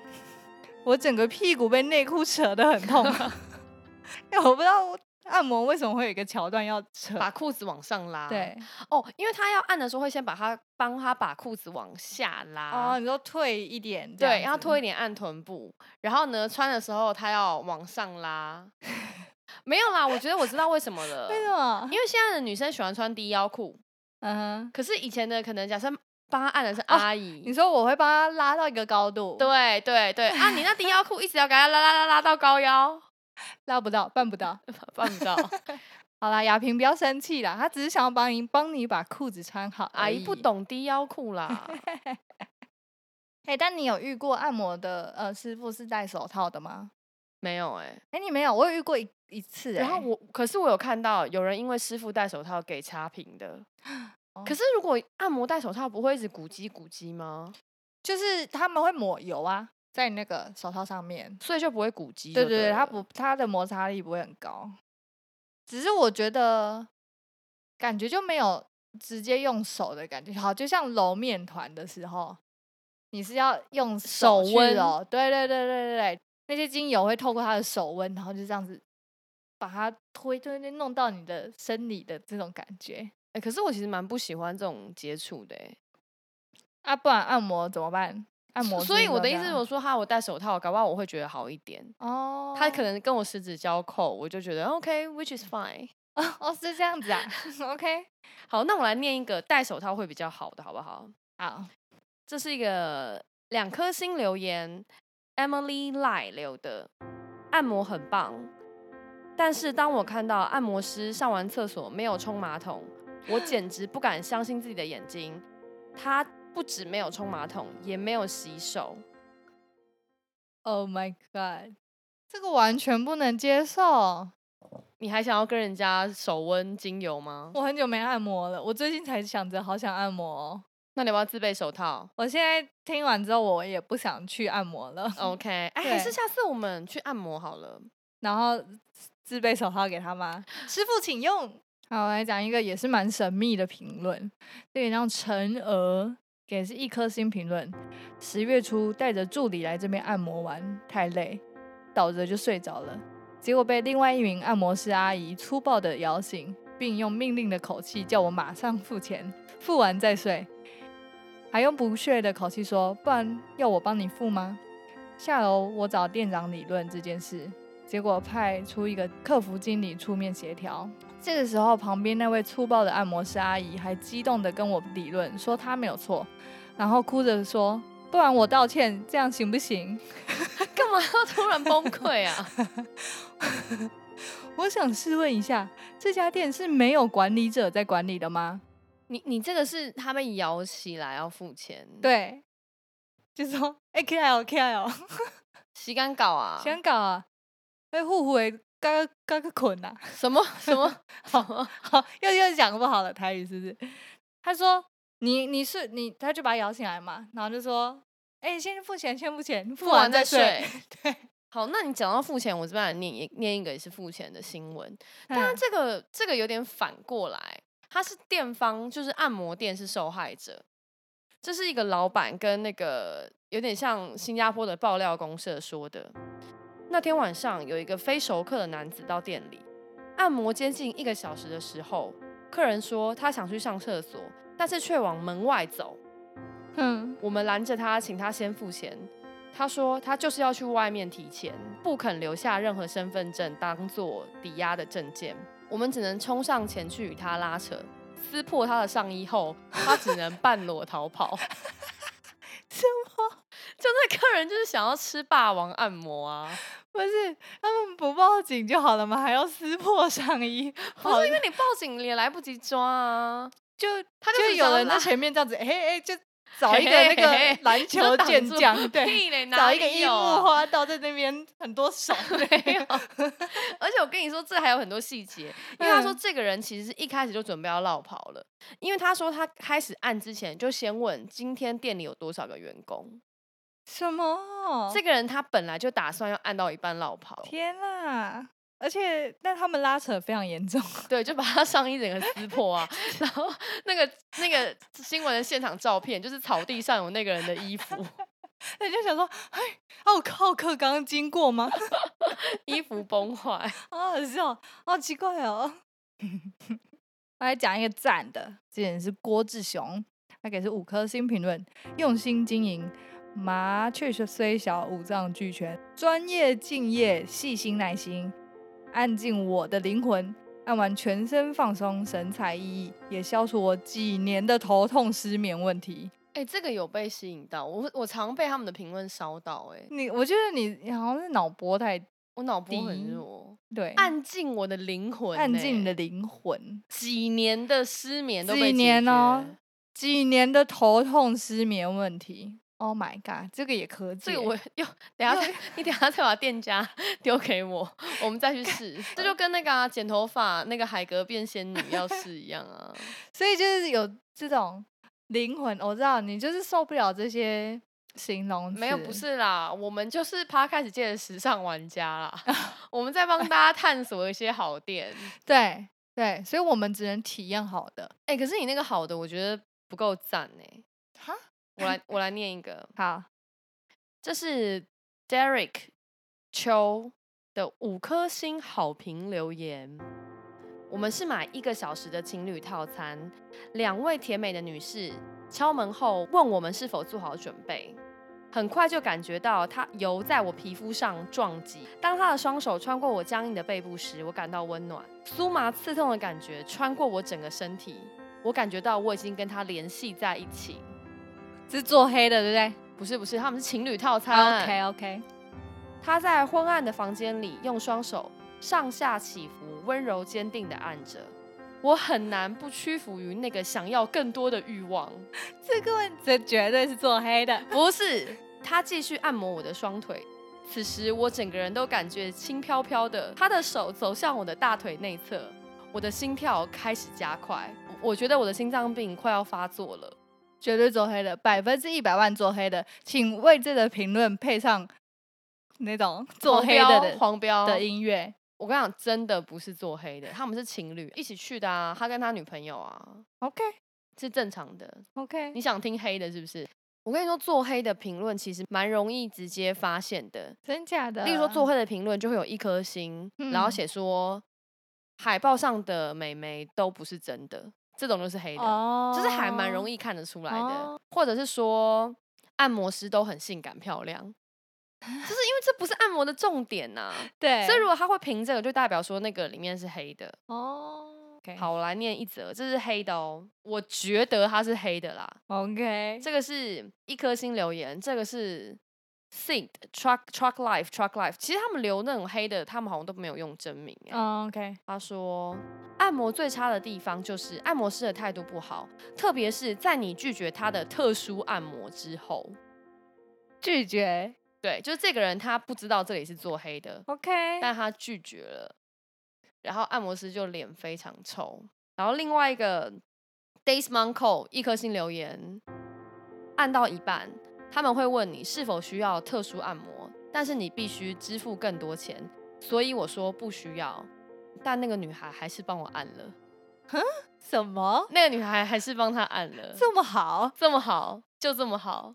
[SPEAKER 3] 我整个屁股被内裤扯得很痛。啊
[SPEAKER 2] [laughs]
[SPEAKER 3] 哎我不知道按摩为什么会有一个桥段要扯，
[SPEAKER 2] 把裤子往上拉，
[SPEAKER 3] 对，
[SPEAKER 2] 哦，因为他要按的时候会先把他帮他把裤子往下拉，
[SPEAKER 3] 哦，你说退一点，这
[SPEAKER 2] 啊对，
[SPEAKER 3] 样
[SPEAKER 2] 要
[SPEAKER 3] 子
[SPEAKER 2] 推一点按臀部，然后呢穿的时候他要往上
[SPEAKER 3] [laughs]
[SPEAKER 2] 拉， [laughs] 没有啦，我觉得我知道为什么了，
[SPEAKER 3] 为什么
[SPEAKER 2] 因？为现在的女生喜欢穿低腰裤，
[SPEAKER 3] 嗯哼，
[SPEAKER 2] 可是以前的可能假设帮他按的是
[SPEAKER 3] 哦
[SPEAKER 2] 阿
[SPEAKER 3] 你
[SPEAKER 2] 姨。
[SPEAKER 3] 说我会帮他拉到一个高度，
[SPEAKER 2] 对对对，啊，你那低腰裤一直要给他拉拉拉拉到高腰， [laughs]
[SPEAKER 3] 拉不到，办不到。
[SPEAKER 2] 办
[SPEAKER 3] [laughs]
[SPEAKER 2] 不到。
[SPEAKER 3] 好啦，雅萍不要生气啦，她只是想要帮你帮你把裤子穿好。
[SPEAKER 2] 阿哎姨不。懂低腰裤
[SPEAKER 3] [laughs]
[SPEAKER 2] 啦，
[SPEAKER 3] 哎、但你有遇过按摩的呃师傅是戴手套的吗？
[SPEAKER 2] 没有哎、
[SPEAKER 3] 哎、你没有，我有遇过一一次、哎
[SPEAKER 2] 然后我，可是我有看到有人因为师傅戴手套给差评的。
[SPEAKER 3] 哦
[SPEAKER 2] 可是如果按摩戴手套，不会一直鼓击鼓击吗？
[SPEAKER 3] 就是他们会抹油啊，在你那个手套上面。
[SPEAKER 2] 所以就不会鼓击。
[SPEAKER 3] 对
[SPEAKER 2] 对
[SPEAKER 3] 对对，它
[SPEAKER 2] 了
[SPEAKER 3] 不，它的摩擦力不会很高。只是我觉得感觉就没有直接用手的感觉，好，就像揉面团的时候，你是要用
[SPEAKER 2] 手
[SPEAKER 3] 去
[SPEAKER 2] 温
[SPEAKER 3] 揉，对对对对对对，那些精油会透过它的手温，然后就这样子把它推推推弄到你的生理的这种感觉。
[SPEAKER 2] 欸可是我其实蛮不喜欢这种接触的、欸，
[SPEAKER 3] 啊，不然按摩怎么办？按摩是
[SPEAKER 2] 所
[SPEAKER 3] 不
[SPEAKER 2] 以
[SPEAKER 3] 是
[SPEAKER 2] 我
[SPEAKER 3] 要
[SPEAKER 2] 的
[SPEAKER 3] 这
[SPEAKER 2] 意思是，
[SPEAKER 3] 样
[SPEAKER 2] 我说哈，我戴手套，搞不好我会觉得好一点。
[SPEAKER 3] 哦，
[SPEAKER 2] 他可能跟我十指交扣，我就觉得 OK，which、is fine。
[SPEAKER 3] 哦是这样子啊 [laughs] ，OK，
[SPEAKER 2] 好，那我来念一个戴手套会比较好的，好不好？
[SPEAKER 3] 好，
[SPEAKER 2] 这是一个两颗星留言，Emily Lai 留的，按摩很棒，但是当我看到按摩师上完厕所没有冲马桶，我简直不敢相信自己的眼睛。他不止没有冲马桶，也没有洗手。
[SPEAKER 3] Oh my god！这个完全不能接受。
[SPEAKER 2] 你还想要跟人家手温精油吗？
[SPEAKER 3] 我很久没按摩了，我最近才想着好想按摩、哦。
[SPEAKER 2] 那你要不要自备手套
[SPEAKER 3] 我现在听完之后，我也不想去按摩了。
[SPEAKER 2] ？OK，哎，还是
[SPEAKER 3] 对
[SPEAKER 2] 下次我们去按摩好了。
[SPEAKER 3] 然后自备手套给他吗？师傅，请用。好，我来讲一个也是蛮神秘的评论，这个叫陈娥，给是一颗星评论。十月初带着助理来这边按摩完，太累，倒着就睡着了，结果被另外一名按摩师阿姨粗暴的摇醒，并用命令的口气叫我马上付钱，付完再睡，还用不屑的口气说：“不然要我帮你付吗？”下楼我找店长理论这件事，结果派出一个客服经理出面协调。这个时候，旁边那位粗暴的按摩师阿姨还激动地跟我理论，说她没有错，然后哭着说：“不然我道歉，这样行不行
[SPEAKER 2] 干嘛要突然崩溃啊？？”
[SPEAKER 3] 我想试问一下，这家店是没有管理者在管理的吗？
[SPEAKER 2] [laughs] 你你这个是他们摇起来要付钱，，
[SPEAKER 3] 对，就说：“哎、k 来哦，K 来哦，
[SPEAKER 2] 洗干搞啊，
[SPEAKER 3] 香港啊，哎，互互诶，嘎嘎嘎嘎捆啊。”
[SPEAKER 2] 什么什
[SPEAKER 3] [laughs]
[SPEAKER 2] 么什么？
[SPEAKER 3] 好，又又讲不好了，台语是不是？他说你你是你，他就把他摇醒来嘛，然后就说，哎、先付钱，先付钱，付完再睡。。 [laughs] 对，
[SPEAKER 2] 好，那你讲到付钱，我这边来念一念一个也是付钱的新闻，但
[SPEAKER 3] 但
[SPEAKER 2] 是这个这个有点反过来，他是店方，就是按摩店是受害者，这是一个老板跟那个有点像新加坡的爆料公社说的。那天晚上有一个非熟客的男子到店里，按摩接近一个小时的时候，客人说他想去上厕所，但是却往门外走。
[SPEAKER 3] 嗯，
[SPEAKER 2] 我们拦着他，请他先付钱。他说他就是要去外面提钱，不肯留下任何身份证当做抵押的证件。我们只能冲上前去与他拉扯，撕破他的上衣后，他只能半裸逃 [laughs] 跑。什么？就那客人就是想要吃霸王按摩啊，
[SPEAKER 3] 不是他们不报警就好了吗？还要撕破
[SPEAKER 2] [laughs]
[SPEAKER 3] 上衣，
[SPEAKER 2] 不
[SPEAKER 3] 好
[SPEAKER 2] 是因为你报警也来不及抓啊，
[SPEAKER 3] 就
[SPEAKER 2] 他就
[SPEAKER 3] 就
[SPEAKER 2] 只
[SPEAKER 3] 有
[SPEAKER 2] 想
[SPEAKER 3] 人在
[SPEAKER 2] 拉
[SPEAKER 3] 前面这样子，哎哎，就找一个
[SPEAKER 2] 嘿
[SPEAKER 3] 那
[SPEAKER 2] 嘿嘿
[SPEAKER 3] 个篮
[SPEAKER 2] [laughs]
[SPEAKER 3] 球
[SPEAKER 2] 挡
[SPEAKER 3] 健
[SPEAKER 2] 住
[SPEAKER 3] 将，对，
[SPEAKER 2] 屁嘞，哪
[SPEAKER 3] 找一个
[SPEAKER 2] 里
[SPEAKER 3] 樱木
[SPEAKER 2] 有
[SPEAKER 3] 花道在那边很多
[SPEAKER 2] [laughs]
[SPEAKER 3] 手，
[SPEAKER 2] 没有，而且我跟你说，这还有很多细节，因为他说
[SPEAKER 3] 嗯
[SPEAKER 2] 这个人其实是一开始就准备要落跑了，因为他说他开始按之前就先问今天店里有多少个员工，
[SPEAKER 3] 什么？
[SPEAKER 2] 这个人他本来就打算要按到一半落跑，
[SPEAKER 3] 天啊！而且，但他们拉扯非常严重，
[SPEAKER 2] 对，就把他上衣整个撕破 [laughs] 啊，然后那个那个新闻的现场照片就是草地上有那个人的衣服， [laughs]
[SPEAKER 3] 人家想说，哎，奥奥克刚刚经过吗？ [laughs]
[SPEAKER 2] 衣服崩坏，
[SPEAKER 3] 好好笑，好奇怪哦。 [laughs] 我来讲一个赞的，这人是郭志雄，他给是五颗星评论，用心经营，麻雀虽小，五脏俱全，专业敬业，细心耐心，按进我的灵魂，按完全身放松，神采奕奕，也消除我几年的头痛失眠问题。
[SPEAKER 2] [laughs] 哎、这个有被吸引到，我我常被他们的评论烧到、哎，
[SPEAKER 3] 你，我觉得你你好像是脑波太
[SPEAKER 2] 我脑波很
[SPEAKER 3] 低
[SPEAKER 2] 弱。
[SPEAKER 3] 对，
[SPEAKER 2] 按进我的灵魂、
[SPEAKER 3] 按进你的灵魂。
[SPEAKER 2] 几年的失眠都
[SPEAKER 3] 几
[SPEAKER 2] 被解
[SPEAKER 3] 年哦
[SPEAKER 2] 决
[SPEAKER 3] 几年的头痛失眠问题。Oh my god，这个也可解。
[SPEAKER 2] 这个我 [laughs] 又等一下再，你等一下再把店家 [laughs] 丢给我，我们再去试。这就跟那个、啊、剪头发那个海格变仙女 [laughs] 要试一样啊。
[SPEAKER 3] 所以就是有这种灵魂，我知道你就是受不了这些形容词。
[SPEAKER 2] 没有，不是啦，我们就是趴开始界的时尚玩家 [laughs] 啦，我们在帮大家探索一些好店。
[SPEAKER 3] 对对，所以我们只能体验好的。
[SPEAKER 2] 哎、可是你那个好的，我觉得不够赞哎、
[SPEAKER 3] 哈，
[SPEAKER 2] 我来我来念一个，
[SPEAKER 3] 好，
[SPEAKER 2] 这是 Derek 秋的五颗星好评留言。我们是买一个小时的情侣套餐，两位甜美的女士敲门后问我们是否做好准备。很快就感觉到她油在我皮肤上撞击。当她的双手穿过我僵硬的背部时，我感到温暖，酥麻刺痛的感觉穿过我整个身体。我感觉到我已经跟她联系在一起。
[SPEAKER 3] 是做黑的，对不对
[SPEAKER 2] 不是不是，他们是情侣套餐。
[SPEAKER 3] ？OK OK，
[SPEAKER 2] 他在昏暗的房间里用双手上下起伏、温柔坚定地按着。我很难不屈服于那个想要更多的欲望。
[SPEAKER 3] 这个问这绝对是做黑的。
[SPEAKER 2] 不是，他继续按摩我的双腿。此时我整个人都感觉轻飘飘的，他的手走向我的大腿内侧，我的心跳开始加快。我我觉得我的心脏病快要发作了。
[SPEAKER 3] 绝对做黑的，百分之一百万做黑的，请为这个评论配上那种做
[SPEAKER 2] 黄
[SPEAKER 3] 黑的
[SPEAKER 2] 标
[SPEAKER 3] 的
[SPEAKER 2] 黄标
[SPEAKER 3] 的音乐。
[SPEAKER 2] 我跟你讲，真的不是做黑的，他们是情侣一起去的啊，他跟他女朋友啊，
[SPEAKER 3] OK
[SPEAKER 2] 是正常的。
[SPEAKER 3] OK，
[SPEAKER 2] 你想听黑的，是不是？我跟你说，做黑的评论其实蛮容易直接发现的。
[SPEAKER 3] 真假的？
[SPEAKER 2] 例如说，做黑的评论就会有一颗星，然后
[SPEAKER 3] 嗯
[SPEAKER 2] 写说海报上的美眉都不是真的，这种就是黑的，
[SPEAKER 3] 哦
[SPEAKER 2] 就是还蛮容
[SPEAKER 3] 易
[SPEAKER 2] 易看得出来的。
[SPEAKER 3] 哦
[SPEAKER 2] 或者是说，按摩师都很性感漂
[SPEAKER 3] [laughs]
[SPEAKER 2] 亮，就是因为这不是按摩的重点呐、
[SPEAKER 3] 对，
[SPEAKER 2] 所以如果他会评这个，就代表说那个里面是黑的。
[SPEAKER 3] 哦，OK，
[SPEAKER 2] 好，我来念一则，这是黑的哦，我觉得它是黑的啦。
[SPEAKER 3] ，OK，
[SPEAKER 2] 这个是一颗星留言，这个是 Think Truck Truck Life Truck Life。其实他们留那种黑的，他们好像都没有用真名、欸。
[SPEAKER 3] 嗯，OK，
[SPEAKER 2] 他说，按摩最差的地方就是按摩师的态度不好，特别是在你拒绝他的特殊按摩之后。
[SPEAKER 3] 拒绝
[SPEAKER 2] 对，就是这个人他不知道这里是做黑的，
[SPEAKER 3] ，OK，
[SPEAKER 2] 但他拒绝了，然后按摩师就脸非常臭。然后另外一个 Days Monco 一颗星留言，按到一半，他们会问你是否需要特殊按摩，但是你必须支付更多钱，所以我说不需要。但那个女孩还是帮我按了，
[SPEAKER 3] 什么
[SPEAKER 2] 那个女孩还是帮她按了，
[SPEAKER 3] 这么好？
[SPEAKER 2] 这么好，就这么好。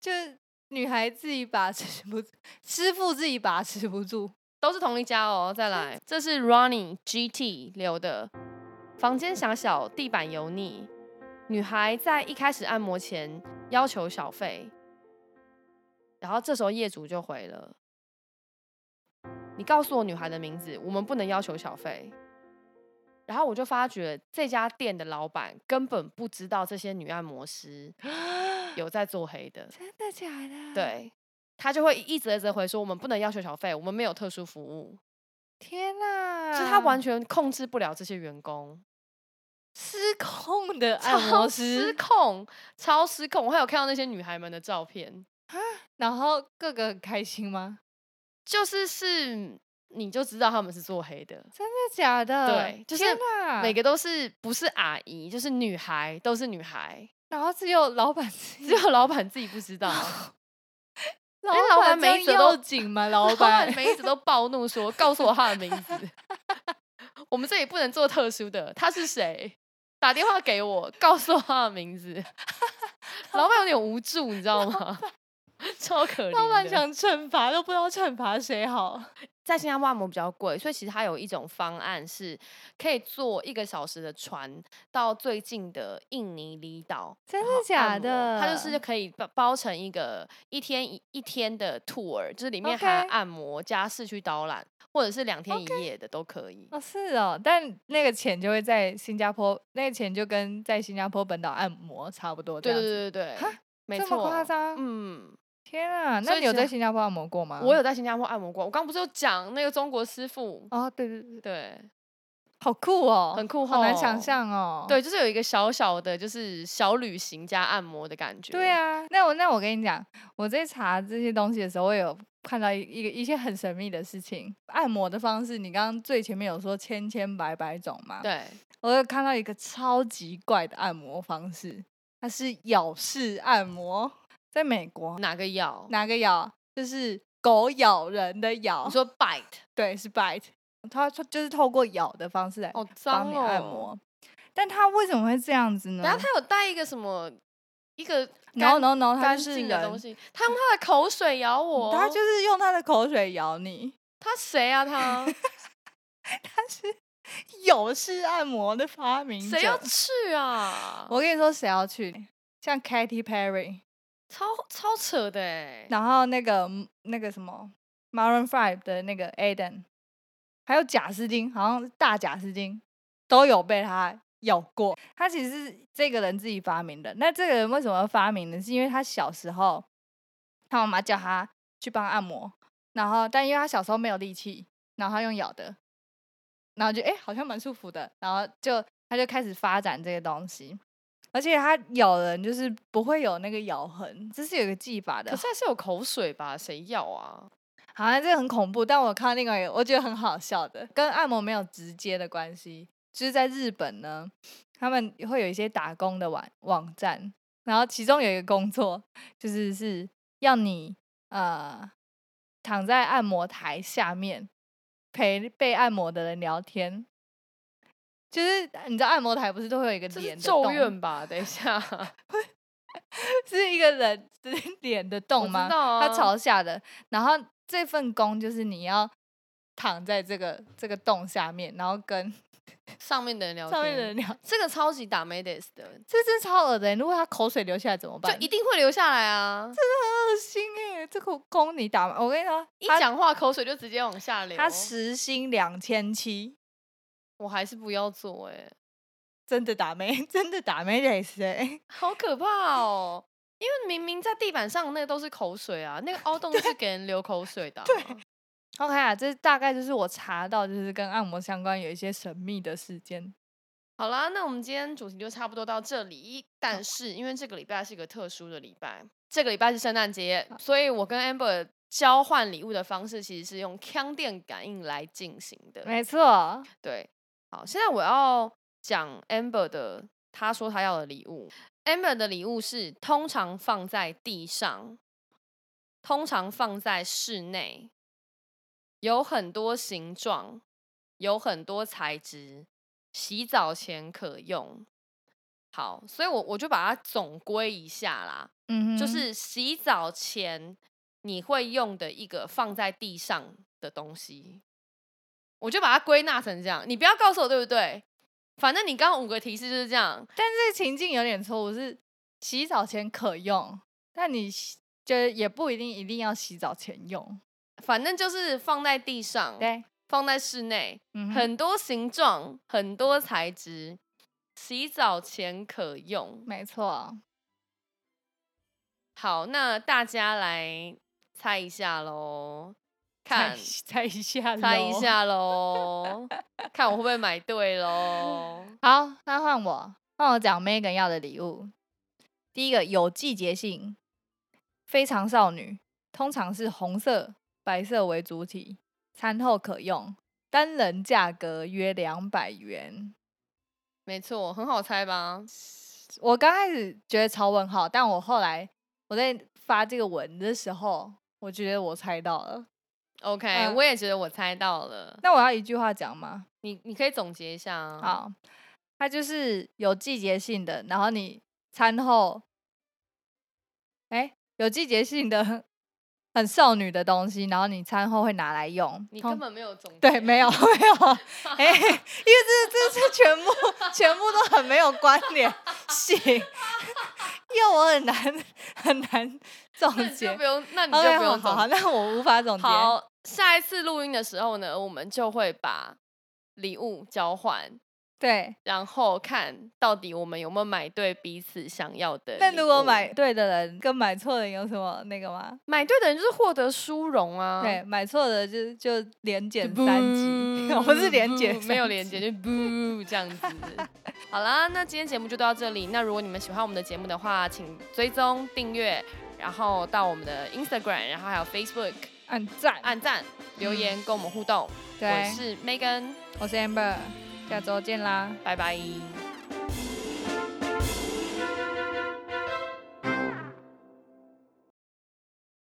[SPEAKER 3] 就是女孩自己把持不住，师傅自己把持不住。 [gasps]
[SPEAKER 2] 都是同一家哦。再来，这是 Ronnie GT 留的，房间狭小，地板油腻，女孩在一开始按摩前要求小费，然后这时候业主就回了：“你告诉我女孩的名字，我们不能要求小费。”然后我就发觉这家店的老板根本不知道这些女按摩师有在做黑的，
[SPEAKER 3] 真的假的？，
[SPEAKER 2] 对他就会一直一直回说我们不能要求小费，我们没有特殊服务，
[SPEAKER 3] 天哪！
[SPEAKER 2] 就是他完全控制不了这些员工。
[SPEAKER 3] 失控的按摩
[SPEAKER 2] 超失
[SPEAKER 3] 师，
[SPEAKER 2] 控，超失控！我还有看到那些女孩们的照片，
[SPEAKER 3] 然后各个很开心吗？
[SPEAKER 2] 就是是你就知道他们是做黑的，
[SPEAKER 3] 真的假的？
[SPEAKER 2] 对就是
[SPEAKER 3] 天哪
[SPEAKER 2] 每个都是不是阿姨就是女孩，都是女孩，
[SPEAKER 3] 然后只有老板自己，
[SPEAKER 2] 只有老板自己不知
[SPEAKER 3] [laughs]
[SPEAKER 2] 道。
[SPEAKER 3] 老
[SPEAKER 2] 老板
[SPEAKER 3] 这样
[SPEAKER 2] 每一则都
[SPEAKER 3] 要紧吗？
[SPEAKER 2] [laughs]
[SPEAKER 3] 老
[SPEAKER 2] 老板
[SPEAKER 3] 板
[SPEAKER 2] 每一次都暴怒说：“告诉我他的名字， [laughs] 我们这里不能做特殊的，他是谁？打电话给我，告诉我他的名
[SPEAKER 3] [laughs]
[SPEAKER 2] 字。”老板有点无助，你知道吗？ [laughs] 超可怜的。
[SPEAKER 3] 老板想惩罚都不知道惩罚谁好。
[SPEAKER 2] [laughs] 在新加坡按摩比较贵，所以其实它有一种方案是可以坐一个小时的船到最近的印尼离岛，
[SPEAKER 3] 真
[SPEAKER 2] 然
[SPEAKER 3] 的
[SPEAKER 2] 后按
[SPEAKER 3] 假
[SPEAKER 2] 摩它就
[SPEAKER 3] 的
[SPEAKER 2] 是可以包包成一个一天一一天的 tour，就是里面
[SPEAKER 3] OK
[SPEAKER 2] 含按摩加市区导览，或者是两天一夜的都可以。
[SPEAKER 3] 哦，是哦，但那个钱就会在新加坡，那个钱就跟在新加坡本岛按摩差不多这
[SPEAKER 2] 对
[SPEAKER 3] 样
[SPEAKER 2] 对对
[SPEAKER 3] 子。
[SPEAKER 2] 对对
[SPEAKER 3] 哈，
[SPEAKER 2] 没
[SPEAKER 3] 这么
[SPEAKER 2] 错，
[SPEAKER 3] 夸张
[SPEAKER 2] 嗯，
[SPEAKER 3] 天啊，
[SPEAKER 2] 所
[SPEAKER 3] 那
[SPEAKER 2] 以
[SPEAKER 3] 你有
[SPEAKER 2] 其
[SPEAKER 3] 在
[SPEAKER 2] 实
[SPEAKER 3] 新加坡按摩过吗？
[SPEAKER 2] 我有在新加坡按摩过，我刚不是有讲那个中国师傅，
[SPEAKER 3] 嗯哦，对对对，
[SPEAKER 2] 对
[SPEAKER 3] 好酷哦，
[SPEAKER 2] 很酷
[SPEAKER 3] 好难
[SPEAKER 2] 吼
[SPEAKER 3] 想象哦。
[SPEAKER 2] 对，就是有一个小小的，就是小旅行加按摩的感觉。
[SPEAKER 3] 对啊，那我那我跟你讲，我在查这些东西的时候，我有看到一一个一些很神秘的事情。按摩的方式，你刚刚最前面有说千千百百种嘛？，
[SPEAKER 2] 对。
[SPEAKER 3] 我有看到一个超级怪的按摩方式，它是咬式按摩，在美国
[SPEAKER 2] 哪个咬？
[SPEAKER 3] 哪个咬？就是狗咬人的咬
[SPEAKER 2] 你，说 bite？
[SPEAKER 3] 对，是 bite。它它就是透过咬的方式来
[SPEAKER 2] 好
[SPEAKER 3] 帮
[SPEAKER 2] 脏
[SPEAKER 3] 你
[SPEAKER 2] 哦！
[SPEAKER 3] 按摩，但它为什么会这样子呢
[SPEAKER 2] 然后他有带一个什么一个
[SPEAKER 3] 然
[SPEAKER 2] 干
[SPEAKER 3] 后然后然后它
[SPEAKER 2] 干
[SPEAKER 3] 就是
[SPEAKER 2] 净的东
[SPEAKER 3] 人，嗯
[SPEAKER 2] 西，哦他用他的口水咬我。
[SPEAKER 3] 他就是用他的口水咬你，
[SPEAKER 2] 他谁啊？
[SPEAKER 3] [laughs]
[SPEAKER 2] 他
[SPEAKER 3] 他是有式按摩的发明
[SPEAKER 2] 谁要
[SPEAKER 3] 者。
[SPEAKER 2] 去啊？
[SPEAKER 3] 我跟你说，谁要去？像 Katy Perry，
[SPEAKER 2] 超超扯的哎！
[SPEAKER 3] 然后那个那个什么 Maroon Five 的那个 Aden，还有贾斯汀，好像是大贾斯汀都有被他咬过。他其实是这个人自己发明的。那这个人为什么发明呢？是因为他小时候，他妈妈叫他去帮他按摩，然后但因为他小时候没有力气，然后他用咬的，然后就哎、诶好像蛮舒服的，然后就他就开始发展这个东西。而且他咬人就是不会有那个咬痕，这是有一个技法的。
[SPEAKER 2] 可是还是有口水吧？谁要啊？
[SPEAKER 3] 好像这个很恐怖，但我看到另外一个我觉得很好笑的，跟按摩没有直接的关系，就是在日本呢，他们会有一些打工的网网站，然后其中有一个工作就是是要你呃躺在按摩台下面陪被按摩的人聊天。就是你知道按摩台不是都会有一个
[SPEAKER 2] 这是
[SPEAKER 3] 脸的
[SPEAKER 2] 咒
[SPEAKER 3] 洞，
[SPEAKER 2] 怨吧？等一
[SPEAKER 3] [laughs]
[SPEAKER 2] 下，
[SPEAKER 3] 是一个人的脸的
[SPEAKER 2] 我
[SPEAKER 3] 洞
[SPEAKER 2] 知
[SPEAKER 3] 吗？
[SPEAKER 2] 道
[SPEAKER 3] 它
[SPEAKER 2] 啊
[SPEAKER 3] 朝下的，然后这份工就是你要躺在这个这个洞下面，然后跟
[SPEAKER 2] 上面的人聊天，
[SPEAKER 3] 上面的人聊。
[SPEAKER 2] 这个超级打 Mendes 的，
[SPEAKER 3] 这真超恶的欸、如果他口水流下来怎么
[SPEAKER 2] 就
[SPEAKER 3] 办？
[SPEAKER 2] 一定会留下来啊！
[SPEAKER 3] 恶心哎、这个工你打吗？我跟你说，
[SPEAKER 2] 一
[SPEAKER 3] 他
[SPEAKER 2] 讲话口水就直接往下流，
[SPEAKER 3] 他时薪两千七，
[SPEAKER 2] 我还是不要做哎、
[SPEAKER 3] 真的打没， [laughs] 真的打没得死哎，
[SPEAKER 2] 好可怕哦！因为明明在地板上那个都是口水啊，那个
[SPEAKER 3] [laughs]
[SPEAKER 2] 凹洞是给人流口水的、啊。
[SPEAKER 3] 对 OK 啊，这大概就是我查到，就是跟按摩相关有一些神秘的事件。
[SPEAKER 2] 好啦，那我们今天主题就差不多到这里。但是因为这个礼拜是一个特殊的礼拜，这个礼拜是圣诞节，所以我跟 Amber 交换礼物的方式其实是用腔电感应来进行的。
[SPEAKER 3] 没错，
[SPEAKER 2] 对，好，现在我要讲 Amber 的，她说她要的礼物。Amber 的礼物是通常放在地上，通常放在室内，有很多形状，有很多材质，洗澡前可用。好，所以我我就把它总归一下啦，
[SPEAKER 3] 嗯哼，
[SPEAKER 2] 就是洗澡前你会用的一个放在地上的东西，我就把它归纳成这样。你不要告诉我对不对？反正你刚刚五个提示就是这样，
[SPEAKER 3] 但是情境有点错误，是洗澡前可用，但你洗就是也不一定一定要洗澡前用。
[SPEAKER 2] 反正就是放在地上，
[SPEAKER 3] 对，
[SPEAKER 2] 放在室内，
[SPEAKER 3] 嗯哼，
[SPEAKER 2] 哦很多形状，很多材质，洗澡前可用。
[SPEAKER 3] 没错，
[SPEAKER 2] 好，那大家来猜一下喽，看
[SPEAKER 3] 猜一
[SPEAKER 2] [laughs]
[SPEAKER 3] 下，
[SPEAKER 2] 猜一。下喽，看我会不会买对
[SPEAKER 3] [laughs]
[SPEAKER 2] 喽。
[SPEAKER 3] 好，那换我，换我讲 Megan 要的礼物。第一个有季节性，非常少女，通常是红色、白色为主体，餐后可用，单人价格约两百元。
[SPEAKER 2] 没错，很好猜吧？
[SPEAKER 3] 我刚开始觉得超文好，但我后来我在发这个文的时候，我觉得我猜到了。
[SPEAKER 2] OK，、
[SPEAKER 3] 嗯
[SPEAKER 2] 我也觉得我猜到了。
[SPEAKER 3] 那我要一句话讲吗？
[SPEAKER 2] 你你可以总结一下啊。，
[SPEAKER 3] 好，它就是有季节性的，然后你餐后，哎、有季节性的 [laughs] 很少女的东西，然后你餐后会拿来用。
[SPEAKER 2] 你
[SPEAKER 3] 通
[SPEAKER 2] 根本没有总结。
[SPEAKER 3] 对，没有 [laughs] 没有，哎、因为这这是全部全部都很没有关联性，因为我很难很难总
[SPEAKER 2] 那你
[SPEAKER 3] 结
[SPEAKER 2] 就不。用，那你就
[SPEAKER 3] OK，
[SPEAKER 2] 不
[SPEAKER 3] 好
[SPEAKER 2] 用
[SPEAKER 3] 好
[SPEAKER 2] 总
[SPEAKER 3] 好，
[SPEAKER 2] 结。
[SPEAKER 3] 那我无法总结。
[SPEAKER 2] 好，下一次录音的时候呢，我们就会把礼物交换，
[SPEAKER 3] 对，
[SPEAKER 2] 然后看到底我们有没有买对彼此想要的礼物。
[SPEAKER 3] 但如果买对的人跟买错的人有什么那个吗？
[SPEAKER 2] 买对的人就是获得殊荣啊。
[SPEAKER 3] 对，买错的就就连减
[SPEAKER 2] 不，
[SPEAKER 3] 三级， [laughs] 我不是连减，
[SPEAKER 2] 不没有连。减，就不这样子。好啦，那今天节目就到这里。那如果你们喜欢我们的节目的话，请追踪订阅，然后到我们的 Instagram，然后还有 Facebook
[SPEAKER 3] 按赞，
[SPEAKER 2] 按赞留言跟我们互动。
[SPEAKER 3] 嗯对
[SPEAKER 2] 我，是 Megan，
[SPEAKER 3] 我是 Amber，下周见啦。
[SPEAKER 2] 拜拜。